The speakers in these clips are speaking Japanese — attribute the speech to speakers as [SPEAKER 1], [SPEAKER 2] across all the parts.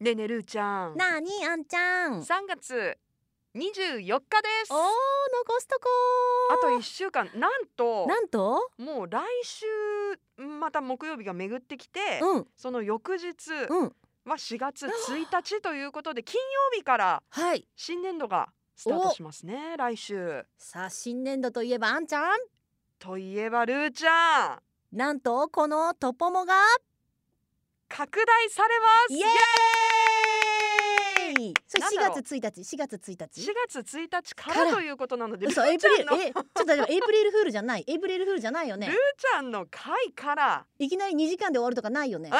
[SPEAKER 1] ねえねえるーちゃん。
[SPEAKER 2] なあにあんちゃんおー
[SPEAKER 1] 三月二十四日です。
[SPEAKER 2] 残
[SPEAKER 1] あ
[SPEAKER 2] すとこと
[SPEAKER 1] 一週間、なんと
[SPEAKER 2] ーなんと
[SPEAKER 1] もう来週また木曜日が巡ってきて、
[SPEAKER 2] うん
[SPEAKER 1] その翌日
[SPEAKER 2] うん
[SPEAKER 1] は4月1日ということで金曜日から
[SPEAKER 2] はい
[SPEAKER 1] 新年度がスタートしますね来週
[SPEAKER 2] さあ新年度といえばあんちゃん
[SPEAKER 1] といえばルーちゃん
[SPEAKER 2] なんとこのトポモが
[SPEAKER 1] 拡大されます
[SPEAKER 2] イエーイそれ
[SPEAKER 1] なんだろう
[SPEAKER 2] 4月1日4月1
[SPEAKER 1] 4
[SPEAKER 2] 日
[SPEAKER 1] 月1日か
[SPEAKER 2] から
[SPEAKER 1] らということなのでルーち
[SPEAKER 2] 嘘エイプリル
[SPEAKER 1] ゃんのル
[SPEAKER 2] えちょっと待ってエイプリルフールじゃないエイプリルフールじゃないよ
[SPEAKER 1] ー
[SPEAKER 2] ね
[SPEAKER 1] ちゃんの回から
[SPEAKER 2] いきなり2時間で終わるとかないよね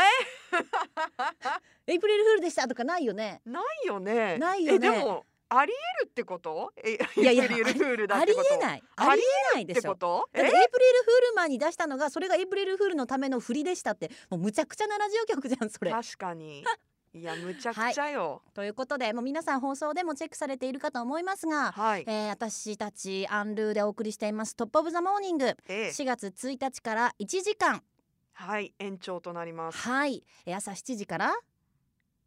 [SPEAKER 2] エイプリルフールでしたとかないよね
[SPEAKER 1] ないよね
[SPEAKER 2] ないよ
[SPEAKER 1] え
[SPEAKER 2] ね
[SPEAKER 1] でもありえるってことえ
[SPEAKER 2] いやいや
[SPEAKER 1] エイプリルフールだ
[SPEAKER 2] あ
[SPEAKER 1] っ
[SPEAKER 2] り
[SPEAKER 1] てこと
[SPEAKER 2] えないありえない
[SPEAKER 1] っ
[SPEAKER 2] で
[SPEAKER 1] て
[SPEAKER 2] しょ
[SPEAKER 1] こと
[SPEAKER 2] だってエイ
[SPEAKER 1] え
[SPEAKER 2] プリルフールマンに出したのがそれがエイプリルフールのための振りでしたってもうむちゃくちゃなラジオ局じゃんそれ。
[SPEAKER 1] 確かにいやむちゃくちゃよ
[SPEAKER 2] ということでもう皆さん放送でもチェックされているかと思いますが、
[SPEAKER 1] はい、
[SPEAKER 2] えー私たちアンルーでお送りしています「トップ・オブ・ザ・モーニング」
[SPEAKER 1] ええ
[SPEAKER 2] 4月1日から1時間
[SPEAKER 1] はい延長となります
[SPEAKER 2] はいえー朝7時から、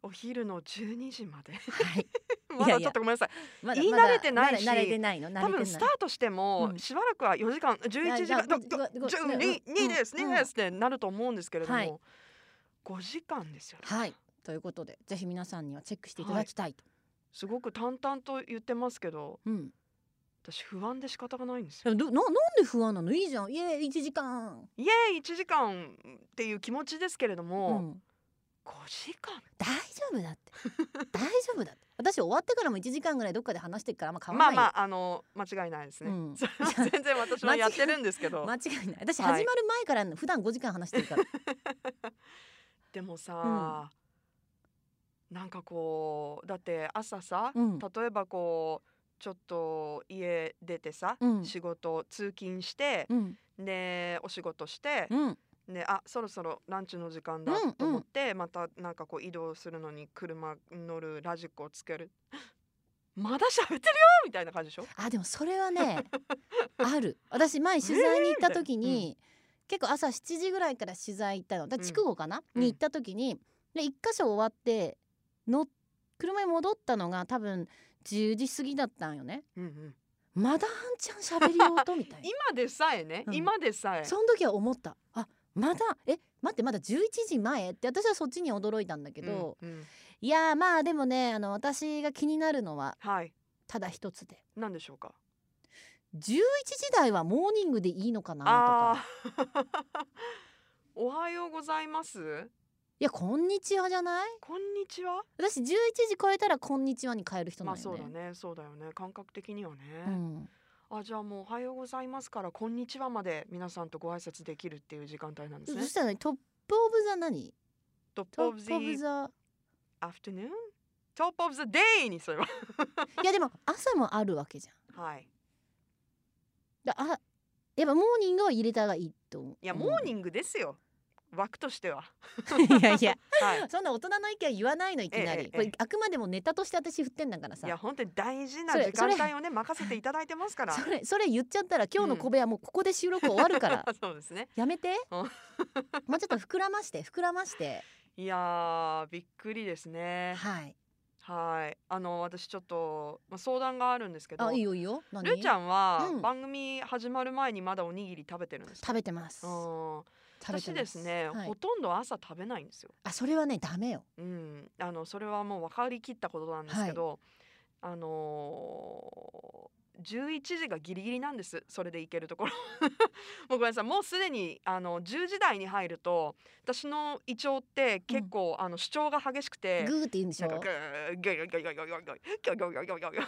[SPEAKER 1] お昼の12時 まで
[SPEAKER 2] はい、
[SPEAKER 1] まだちょっとごめんなさい
[SPEAKER 2] ま
[SPEAKER 1] 言い慣れてないし
[SPEAKER 2] まだ慣れてないの慣
[SPEAKER 1] 多
[SPEAKER 2] れてない
[SPEAKER 1] 分スタートしても
[SPEAKER 2] うん
[SPEAKER 1] しばらくは4時間11時間
[SPEAKER 2] いや
[SPEAKER 1] ど
[SPEAKER 2] ごごご
[SPEAKER 1] どじゅ
[SPEAKER 2] ご
[SPEAKER 1] に
[SPEAKER 2] うん
[SPEAKER 1] にです
[SPEAKER 2] う
[SPEAKER 1] ね
[SPEAKER 2] ん
[SPEAKER 1] ですってなると思うんですけれど
[SPEAKER 2] はい
[SPEAKER 1] も5時間ですよ
[SPEAKER 2] はいということでぜひ皆さんにはチェックしていただきたいと、
[SPEAKER 1] すごく淡々と言ってますけど
[SPEAKER 2] うん
[SPEAKER 1] 私不安で仕方がないんです
[SPEAKER 2] で
[SPEAKER 1] よ
[SPEAKER 2] もどななんで不安なのいいじゃんいえ1時間、
[SPEAKER 1] イエーイ1時間っていう気持ちですけれど
[SPEAKER 2] う
[SPEAKER 1] も
[SPEAKER 2] ん、
[SPEAKER 1] 5時間
[SPEAKER 2] 大丈 夫だって大丈夫だって私終わってからも1時間ぐらいどっかで話してるからあんま変わ
[SPEAKER 1] まあ
[SPEAKER 2] らない
[SPEAKER 1] ま
[SPEAKER 2] よ、
[SPEAKER 1] ああの間違いないですね
[SPEAKER 2] うん
[SPEAKER 1] それは 全然私もやってるんですけど
[SPEAKER 2] 間違いない私
[SPEAKER 1] はい
[SPEAKER 2] 始まる前から普段5時間話し てるから
[SPEAKER 1] でもさ、なんかこうだって朝さ、
[SPEAKER 2] うん
[SPEAKER 1] 例えばこうちょっと家出てさ、
[SPEAKER 2] うん
[SPEAKER 1] 仕事通勤して、
[SPEAKER 2] うん
[SPEAKER 1] でお仕事して、
[SPEAKER 2] うん
[SPEAKER 1] であそろそろランチの時間だ
[SPEAKER 2] うん
[SPEAKER 1] と思って、またなんかこう移動するのに車乗るラジコをつける まだ喋ってるよみたいな感じでしょ
[SPEAKER 2] あでもそれは ねある私前取材に行った
[SPEAKER 1] え
[SPEAKER 2] 時
[SPEAKER 1] ーみたい
[SPEAKER 2] に、結構朝7時ぐらいから取材行ったのだから
[SPEAKER 1] うん
[SPEAKER 2] 筑後かな、
[SPEAKER 1] うん
[SPEAKER 2] に行った時にで1箇所終わっての車に戻ったのが多分10時過ぎだったんよね
[SPEAKER 1] うんうん、
[SPEAKER 2] まだあんちゃん喋りようとみたいな
[SPEAKER 1] 今でさえね、
[SPEAKER 2] うん
[SPEAKER 1] 今でさえ
[SPEAKER 2] その時は思ったあまだえ待ってまだ11時前って私はそっちに驚いたんだけど、
[SPEAKER 1] うんうん
[SPEAKER 2] いやーまあでもねあの私が気になるのは
[SPEAKER 1] はい
[SPEAKER 2] ただ一つで
[SPEAKER 1] 何でしょうか
[SPEAKER 2] 11時台はモーニングでいいのかなとか
[SPEAKER 1] ああー おはようございます
[SPEAKER 2] いやこんにちはじゃない
[SPEAKER 1] こんにちは
[SPEAKER 2] 私11時超えたらこんにちはに変える人
[SPEAKER 1] ま
[SPEAKER 2] な
[SPEAKER 1] あ
[SPEAKER 2] ん
[SPEAKER 1] そ
[SPEAKER 2] よ
[SPEAKER 1] うだ
[SPEAKER 2] ね。
[SPEAKER 1] ねそうだよね感覚的にはね、
[SPEAKER 2] うん
[SPEAKER 1] あじゃあもうおはようございますからこんにちはまで皆さんとご挨拶できるっていう時間帯なんで
[SPEAKER 2] そ
[SPEAKER 1] す
[SPEAKER 2] そ
[SPEAKER 1] ね
[SPEAKER 2] したらねトップオブザ何
[SPEAKER 1] トップ
[SPEAKER 2] ト
[SPEAKER 1] オブ
[SPEAKER 2] ップオブ
[SPEAKER 1] ザ
[SPEAKER 2] ザ
[SPEAKER 1] アフタヌーントップオブザデイにそれは
[SPEAKER 2] いやでも朝もあるわけじゃん。
[SPEAKER 1] はい
[SPEAKER 2] だあやっぱモーニングは入れた方がいいと思う。
[SPEAKER 1] いやモーニングですよ枠としては
[SPEAKER 2] いやいや
[SPEAKER 1] はい
[SPEAKER 2] そんな大人の意見言わないのいきな
[SPEAKER 1] ええ
[SPEAKER 2] り、
[SPEAKER 1] ええ
[SPEAKER 2] これあくまでもネタとして私振ってんだからさ
[SPEAKER 1] いや本当に大事な
[SPEAKER 2] それ
[SPEAKER 1] 時間
[SPEAKER 2] それ
[SPEAKER 1] 帯をね任せていただいてますから
[SPEAKER 2] それそれ言っちゃったら今日の小部屋もうここで収録終わるから、
[SPEAKER 1] そうですね
[SPEAKER 2] やめて
[SPEAKER 1] うん
[SPEAKER 2] もうちょっと膨らまして膨らまして
[SPEAKER 1] いやーびっくりですね
[SPEAKER 2] はい
[SPEAKER 1] はい、あの私ちょっと、まあ、相談があるんですけど、
[SPEAKER 2] あいい
[SPEAKER 1] る
[SPEAKER 2] よいいよ何
[SPEAKER 1] ーちゃんは
[SPEAKER 2] うん
[SPEAKER 1] 番組始まる前にまだおにぎり食べてるんですか。
[SPEAKER 2] 食べてます
[SPEAKER 1] うん、
[SPEAKER 2] 食べて
[SPEAKER 1] 私
[SPEAKER 2] ま
[SPEAKER 1] ですね、
[SPEAKER 2] はい
[SPEAKER 1] ほとんど朝食べないんですよ。
[SPEAKER 2] あそれはねダメよ
[SPEAKER 1] うん、あのそれはもう分かりきったことなんですけど、あのー11時がギリギリなんですそれで行けるところもうごめんなさいもうすでにあの10時台に入ると私の胃腸って結構、あの主張が激しくて
[SPEAKER 2] グーって言うんでし
[SPEAKER 1] なんか
[SPEAKER 2] ょ
[SPEAKER 1] ぐーぎょぎょぎょぎょぎょぎょぎょぎょぎょぎょぎょぎょ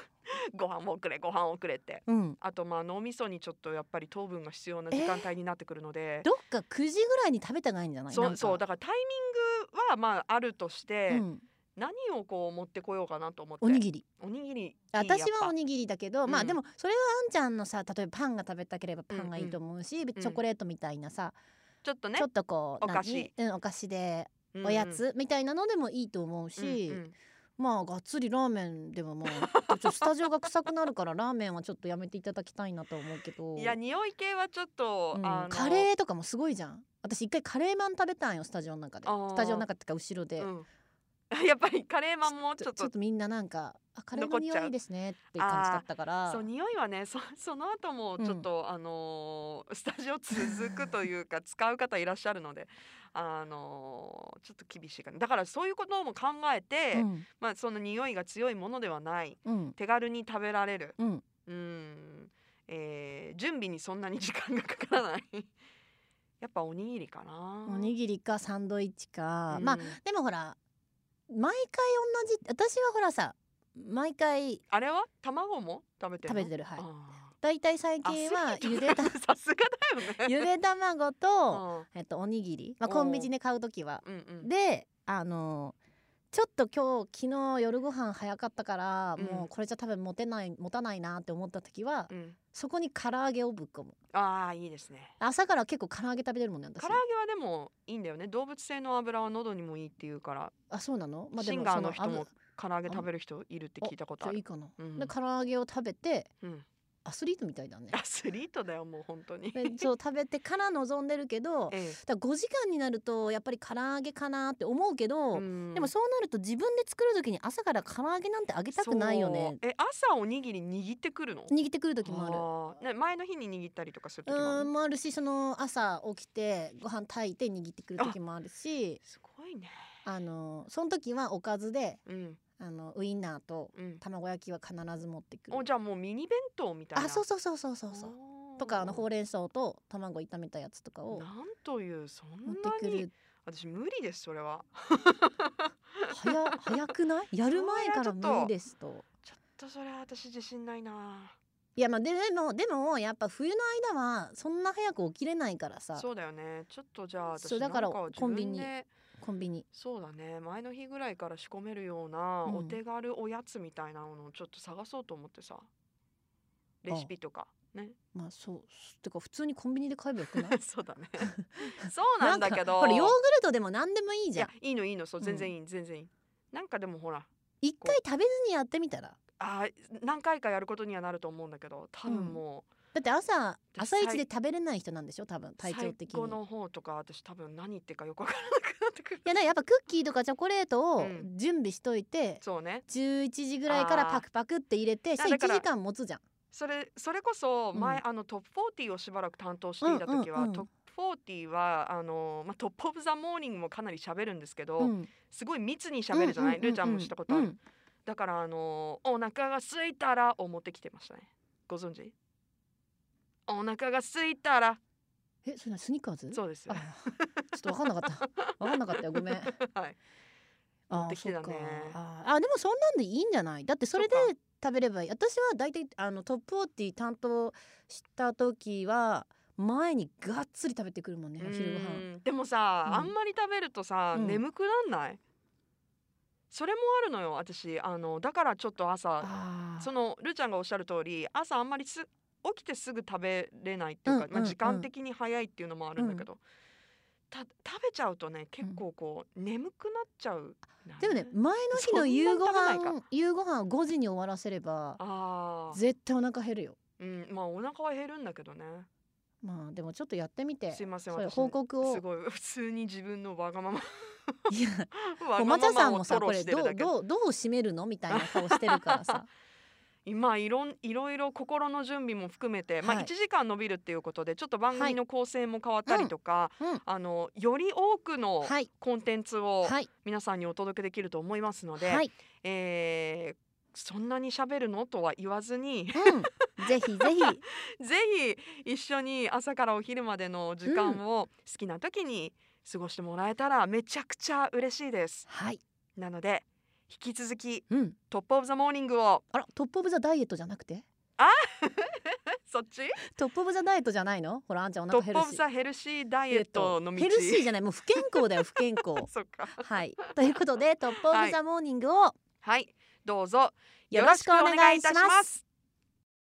[SPEAKER 1] ご飯をくれご飯をくれって
[SPEAKER 2] うん
[SPEAKER 1] あとまあ脳みそにちょっとやっぱり糖分が必要な時間帯になってくるので、
[SPEAKER 2] どっか9時ぐらいに食べた方がいいんじゃない
[SPEAKER 1] そ
[SPEAKER 2] な
[SPEAKER 1] う
[SPEAKER 2] んか
[SPEAKER 1] そうだからタイミングはまああるとして、
[SPEAKER 2] うん、
[SPEAKER 1] 何をこう持ってこようかなと思って
[SPEAKER 2] おにぎり
[SPEAKER 1] おにぎりいい
[SPEAKER 2] 私
[SPEAKER 1] やっ
[SPEAKER 2] は
[SPEAKER 1] ぱ
[SPEAKER 2] おにぎりだけど、まあ
[SPEAKER 1] うん
[SPEAKER 2] でもそれはあんちゃんのさ例えばパンが食べたければパンがいいと思うし、チョコレートみたいなさ、
[SPEAKER 1] ちょっとね
[SPEAKER 2] ちょっとこう
[SPEAKER 1] お菓子
[SPEAKER 2] 何うん、お菓子で
[SPEAKER 1] うんうん
[SPEAKER 2] おやつみたいなのでもいいと思う
[SPEAKER 1] うん
[SPEAKER 2] し、
[SPEAKER 1] うん
[SPEAKER 2] まあがっつりラーメンでもまあちょっとスタジオが臭くなるからラーメンはちょっとやめていただきたいなと思うけど
[SPEAKER 1] いや匂い系はちょっと、
[SPEAKER 2] うん
[SPEAKER 1] あの
[SPEAKER 2] カレーとかもすごいじゃん私一回カレーマン食べたんよスタジオの中で
[SPEAKER 1] あー
[SPEAKER 2] スタジオの中っていうか後ろで、
[SPEAKER 1] うん やっぱりカレーマンもちょっ
[SPEAKER 2] ちょ
[SPEAKER 1] と
[SPEAKER 2] っとみんななんかあカレー
[SPEAKER 1] 残
[SPEAKER 2] の
[SPEAKER 1] っち
[SPEAKER 2] 匂
[SPEAKER 1] ゃう
[SPEAKER 2] いですねっていう感じだったから
[SPEAKER 1] そう匂いはねそ その後もちょっと、あのースタジオ続くというか使う方いらっしゃるのであのーちょっと厳しいかなだからそういうことも考えて、
[SPEAKER 2] うん
[SPEAKER 1] まあ、その匂いが強いものではない
[SPEAKER 2] うん
[SPEAKER 1] 手軽に食べられる
[SPEAKER 2] うん
[SPEAKER 1] うん、えー準備にそんなに時間がかからない やっぱおにぎりかな
[SPEAKER 2] おにぎりかサンドイッチか、
[SPEAKER 1] うん
[SPEAKER 2] まあでもほら毎回同じ私はほらさ毎回
[SPEAKER 1] あれは卵も食べてる
[SPEAKER 2] 食
[SPEAKER 1] の
[SPEAKER 2] べてるはい
[SPEAKER 1] あ
[SPEAKER 2] だいたい最
[SPEAKER 1] ー
[SPEAKER 2] 近は
[SPEAKER 1] あスイ
[SPEAKER 2] ゆ
[SPEAKER 1] ート
[SPEAKER 2] でた
[SPEAKER 1] さすがだよね
[SPEAKER 2] ゆで卵と、
[SPEAKER 1] うん
[SPEAKER 2] えっと、おにぎり、まあ、
[SPEAKER 1] おー
[SPEAKER 2] コンビニで買う時は
[SPEAKER 1] うんうん
[SPEAKER 2] であのちょっと今日昨日夜ご飯早かったから、
[SPEAKER 1] うん
[SPEAKER 2] もうこれじゃ多分持てない持たないなって思った時は、
[SPEAKER 1] うん
[SPEAKER 2] そこに唐揚げをぶっ込む
[SPEAKER 1] ああいいですね
[SPEAKER 2] 朝から結構唐揚げ食べてるもんね私
[SPEAKER 1] 唐揚げはでもいいんだよね動物性の油は喉にもいいっていうから
[SPEAKER 2] あそうなの、
[SPEAKER 1] シン
[SPEAKER 2] そ
[SPEAKER 1] ガーの人
[SPEAKER 2] あ
[SPEAKER 1] も
[SPEAKER 2] ぶ
[SPEAKER 1] 唐揚げ食べる人いるって聞いたことあ
[SPEAKER 2] じゃあい
[SPEAKER 1] る
[SPEAKER 2] いかな、
[SPEAKER 1] うん
[SPEAKER 2] で唐揚げを食べて
[SPEAKER 1] うん
[SPEAKER 2] アスリートみたいだね
[SPEAKER 1] アスリートだよもう本当に
[SPEAKER 2] でそう食べてから望んでるけど
[SPEAKER 1] ええ
[SPEAKER 2] だ5時間になるとやっぱり唐揚げかなって思うけど、
[SPEAKER 1] うん
[SPEAKER 2] でもそうなると自分で作る時に朝から唐揚げなんてあげたくないよね
[SPEAKER 1] そうえ朝おにぎり握ってくるの
[SPEAKER 2] 握ってくる時もある
[SPEAKER 1] あーね前の日に握ったりとかする時もあ
[SPEAKER 2] う
[SPEAKER 1] る
[SPEAKER 2] ん
[SPEAKER 1] の
[SPEAKER 2] もあるしその朝起きてご飯炊いて握ってくる時もあるし
[SPEAKER 1] すごいね
[SPEAKER 2] あのその時はおかずで
[SPEAKER 1] うん
[SPEAKER 2] あのウインナーと
[SPEAKER 1] うん
[SPEAKER 2] 卵焼きは必ず持ってくる
[SPEAKER 1] おじゃあもうミニ弁当みたいな
[SPEAKER 2] あそうそうそうそうそうそう
[SPEAKER 1] う
[SPEAKER 2] とかあのほ
[SPEAKER 1] う
[SPEAKER 2] うれん草と卵炒めたやつとかを
[SPEAKER 1] なんというそん
[SPEAKER 2] 持って
[SPEAKER 1] な
[SPEAKER 2] く
[SPEAKER 1] に
[SPEAKER 2] る
[SPEAKER 1] 私無理ですそれは
[SPEAKER 2] 早 早くないやる前から
[SPEAKER 1] それはちょ
[SPEAKER 2] 無
[SPEAKER 1] っと
[SPEAKER 2] 理ですと。
[SPEAKER 1] ちょっとそれは私自信ないない
[SPEAKER 2] やまあででもでもやっぱ冬の間はそんな早く起きれないからさ
[SPEAKER 1] そうだよねちょっとじゃあ私
[SPEAKER 2] そう
[SPEAKER 1] な
[SPEAKER 2] だ
[SPEAKER 1] ん
[SPEAKER 2] か
[SPEAKER 1] からは自
[SPEAKER 2] コンビ
[SPEAKER 1] 分
[SPEAKER 2] ニ
[SPEAKER 1] で
[SPEAKER 2] コンビニ
[SPEAKER 1] そうだね前の日ぐらいから仕込めるような
[SPEAKER 2] うん
[SPEAKER 1] お手軽おやつみたいなのをちょっと探そうと思ってさレシピとかね
[SPEAKER 2] まあそうてか普通にコンビニで買えばよくな い
[SPEAKER 1] そうだ ねそうなんだけ
[SPEAKER 2] か
[SPEAKER 1] ど
[SPEAKER 2] これヨーグルトでも何でもいい
[SPEAKER 1] い
[SPEAKER 2] じゃん
[SPEAKER 1] やいいのいいのそう
[SPEAKER 2] うん
[SPEAKER 1] 全然いい、全然いいなんかでもほら
[SPEAKER 2] 一回食べずにやってみたら
[SPEAKER 1] あー何回かやることにはなると思うんだけど多分
[SPEAKER 2] うん
[SPEAKER 1] も
[SPEAKER 2] だって朝
[SPEAKER 1] 私
[SPEAKER 2] 朝一で食べれない人なんでしょ多分
[SPEAKER 1] う
[SPEAKER 2] 体調的に
[SPEAKER 1] 最後の方とか私多分何言ってるかよくわからなくなって くる
[SPEAKER 2] いやだからやっぱクッキーとかチョコレート
[SPEAKER 1] う
[SPEAKER 2] を
[SPEAKER 1] ん
[SPEAKER 2] 準備しといて、
[SPEAKER 1] そうね
[SPEAKER 2] 11時ぐらいからパクパクって入れて
[SPEAKER 1] ー
[SPEAKER 2] それ
[SPEAKER 1] だ
[SPEAKER 2] 1
[SPEAKER 1] から
[SPEAKER 2] 時間持つじゃん
[SPEAKER 1] それそれこそ前、
[SPEAKER 2] うん
[SPEAKER 1] あのトップ40をしばらく担当していた時は、
[SPEAKER 2] うんうんうん
[SPEAKER 1] トップ40はあの、まあ、トップ・オブ・ザ・モーニングもかなり喋るんですけど、
[SPEAKER 2] うん
[SPEAKER 1] すごい密に喋るじゃない、
[SPEAKER 2] う
[SPEAKER 1] ルーちゃんもしたことある、
[SPEAKER 2] うん
[SPEAKER 1] だからあのお腹が空いたらを持ってきてましたねご存知お腹が空いたら
[SPEAKER 2] えそれ何スニッカーズ
[SPEAKER 1] そうです
[SPEAKER 2] あちょっと分かんなかった分かんなかったよごめ ん
[SPEAKER 1] はい持
[SPEAKER 2] あ
[SPEAKER 1] ってきてたね
[SPEAKER 2] そっかあーあでもそんなんでいいんじゃないだってそれで
[SPEAKER 1] そ
[SPEAKER 2] 食べればいい私は大体あのトップオーティ担当した時は前にがっつり食べてくるもんねお昼ご
[SPEAKER 1] う
[SPEAKER 2] 飯
[SPEAKER 1] んでもさ、
[SPEAKER 2] うん
[SPEAKER 1] あんまり食べるとさ、
[SPEAKER 2] うん
[SPEAKER 1] 眠くなんないそれもあるのよ私あのだからちょっと朝
[SPEAKER 2] あー
[SPEAKER 1] そのるーちゃんがおっしゃる通り朝あんまりす起きてすぐ食べれないっていうか、
[SPEAKER 2] うん
[SPEAKER 1] ま
[SPEAKER 2] う
[SPEAKER 1] あ、
[SPEAKER 2] ん
[SPEAKER 1] 時間的に早いっていうのもあるんだけど、た食べちゃうとね結構こう、眠くなっちゃうな
[SPEAKER 2] でもね前の日の夕ご
[SPEAKER 1] そんなに食べない
[SPEAKER 2] 飯夕ご飯を5時に終わらせれば
[SPEAKER 1] あー
[SPEAKER 2] 絶対お腹減るよ
[SPEAKER 1] うんまあお腹は減るんだけどね
[SPEAKER 2] まあでもちょっとやってみて
[SPEAKER 1] すいません
[SPEAKER 2] それ
[SPEAKER 1] 私
[SPEAKER 2] 報告を
[SPEAKER 1] すごい 普通に自分のわがま ま
[SPEAKER 2] いや
[SPEAKER 1] わ
[SPEAKER 2] こう
[SPEAKER 1] が
[SPEAKER 2] マ
[SPEAKER 1] ま
[SPEAKER 2] サさん
[SPEAKER 1] ま
[SPEAKER 2] も
[SPEAKER 1] をト
[SPEAKER 2] さこ
[SPEAKER 1] ロ
[SPEAKER 2] れ
[SPEAKER 1] してる
[SPEAKER 2] ど
[SPEAKER 1] だ
[SPEAKER 2] う
[SPEAKER 1] け
[SPEAKER 2] どうどう締めるのみたいな顔してるか らさ
[SPEAKER 1] 今いろんいろいろ心の準備も含めて、まあ
[SPEAKER 2] はい
[SPEAKER 1] 1時間伸びるっていうことでちょっと番組の構成も変わったりとか、
[SPEAKER 2] うんうん
[SPEAKER 1] あのより多くの
[SPEAKER 2] はい
[SPEAKER 1] コンテンツを
[SPEAKER 2] はい
[SPEAKER 1] 皆さんにお届けできると思いますので、
[SPEAKER 2] はい、
[SPEAKER 1] えーそんなに喋るのとは言わずに
[SPEAKER 2] うん、ぜひぜひ
[SPEAKER 1] ぜひ一緒に朝からお昼までの時間を好きな時に過ごしてもらえたらめちゃくちゃ嬉しいです
[SPEAKER 2] はい
[SPEAKER 1] なので引き続き
[SPEAKER 2] うん
[SPEAKER 1] トップオブザモーニングを
[SPEAKER 2] あらトップオブザダイエットじゃなくて
[SPEAKER 1] そっち
[SPEAKER 2] トップオブザダイエットじゃないのほらあんちゃんお
[SPEAKER 1] トッ
[SPEAKER 2] 腹減
[SPEAKER 1] プ
[SPEAKER 2] る
[SPEAKER 1] オブ
[SPEAKER 2] し
[SPEAKER 1] ザヘルシーダイエットの道
[SPEAKER 2] ヘルシーじゃないもう不健康だよ不健康
[SPEAKER 1] そっか
[SPEAKER 2] はいということでトップオブザモーニングを
[SPEAKER 1] はいどうぞ
[SPEAKER 2] よろしくお願いします
[SPEAKER 1] す